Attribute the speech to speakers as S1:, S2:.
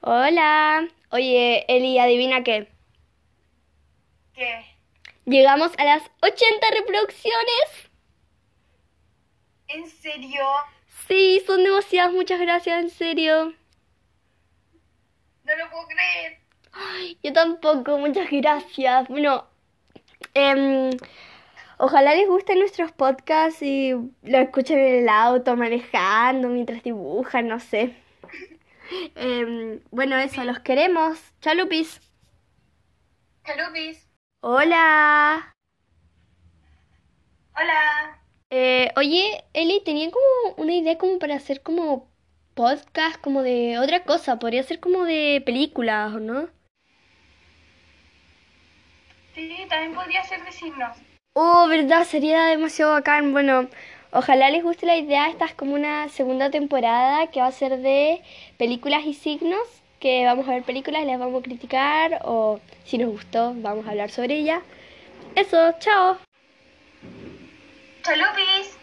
S1: Hola. Oye, Eli, adivina qué.
S2: ¿Qué?
S1: Llegamos a las 80 reproducciones.
S2: ¿En serio?
S1: Sí, son demasiadas. Muchas gracias, en serio.
S2: No lo puedo creer.
S1: Yo tampoco, muchas gracias. Bueno, em, ojalá les gusten nuestros podcasts y lo escuchen en el auto, manejando, mientras dibujan, no sé. Em, bueno, eso, los queremos. Chalupis.
S2: Calupis.
S1: Hola.
S2: Hola.
S1: Eh, oye, Eli, tenía como una idea como para hacer como podcast, como de otra cosa. Podría ser como de películas, ¿o no?
S2: Sí, también podría ser de signos.
S1: Oh, verdad, sería demasiado bacán. Bueno, ojalá les guste la idea. Esta es como una segunda temporada que va a ser de películas y signos, que vamos a ver películas y las vamos a criticar o si nos gustó, vamos a hablar sobre ella. Eso, chao.
S2: Chalupis.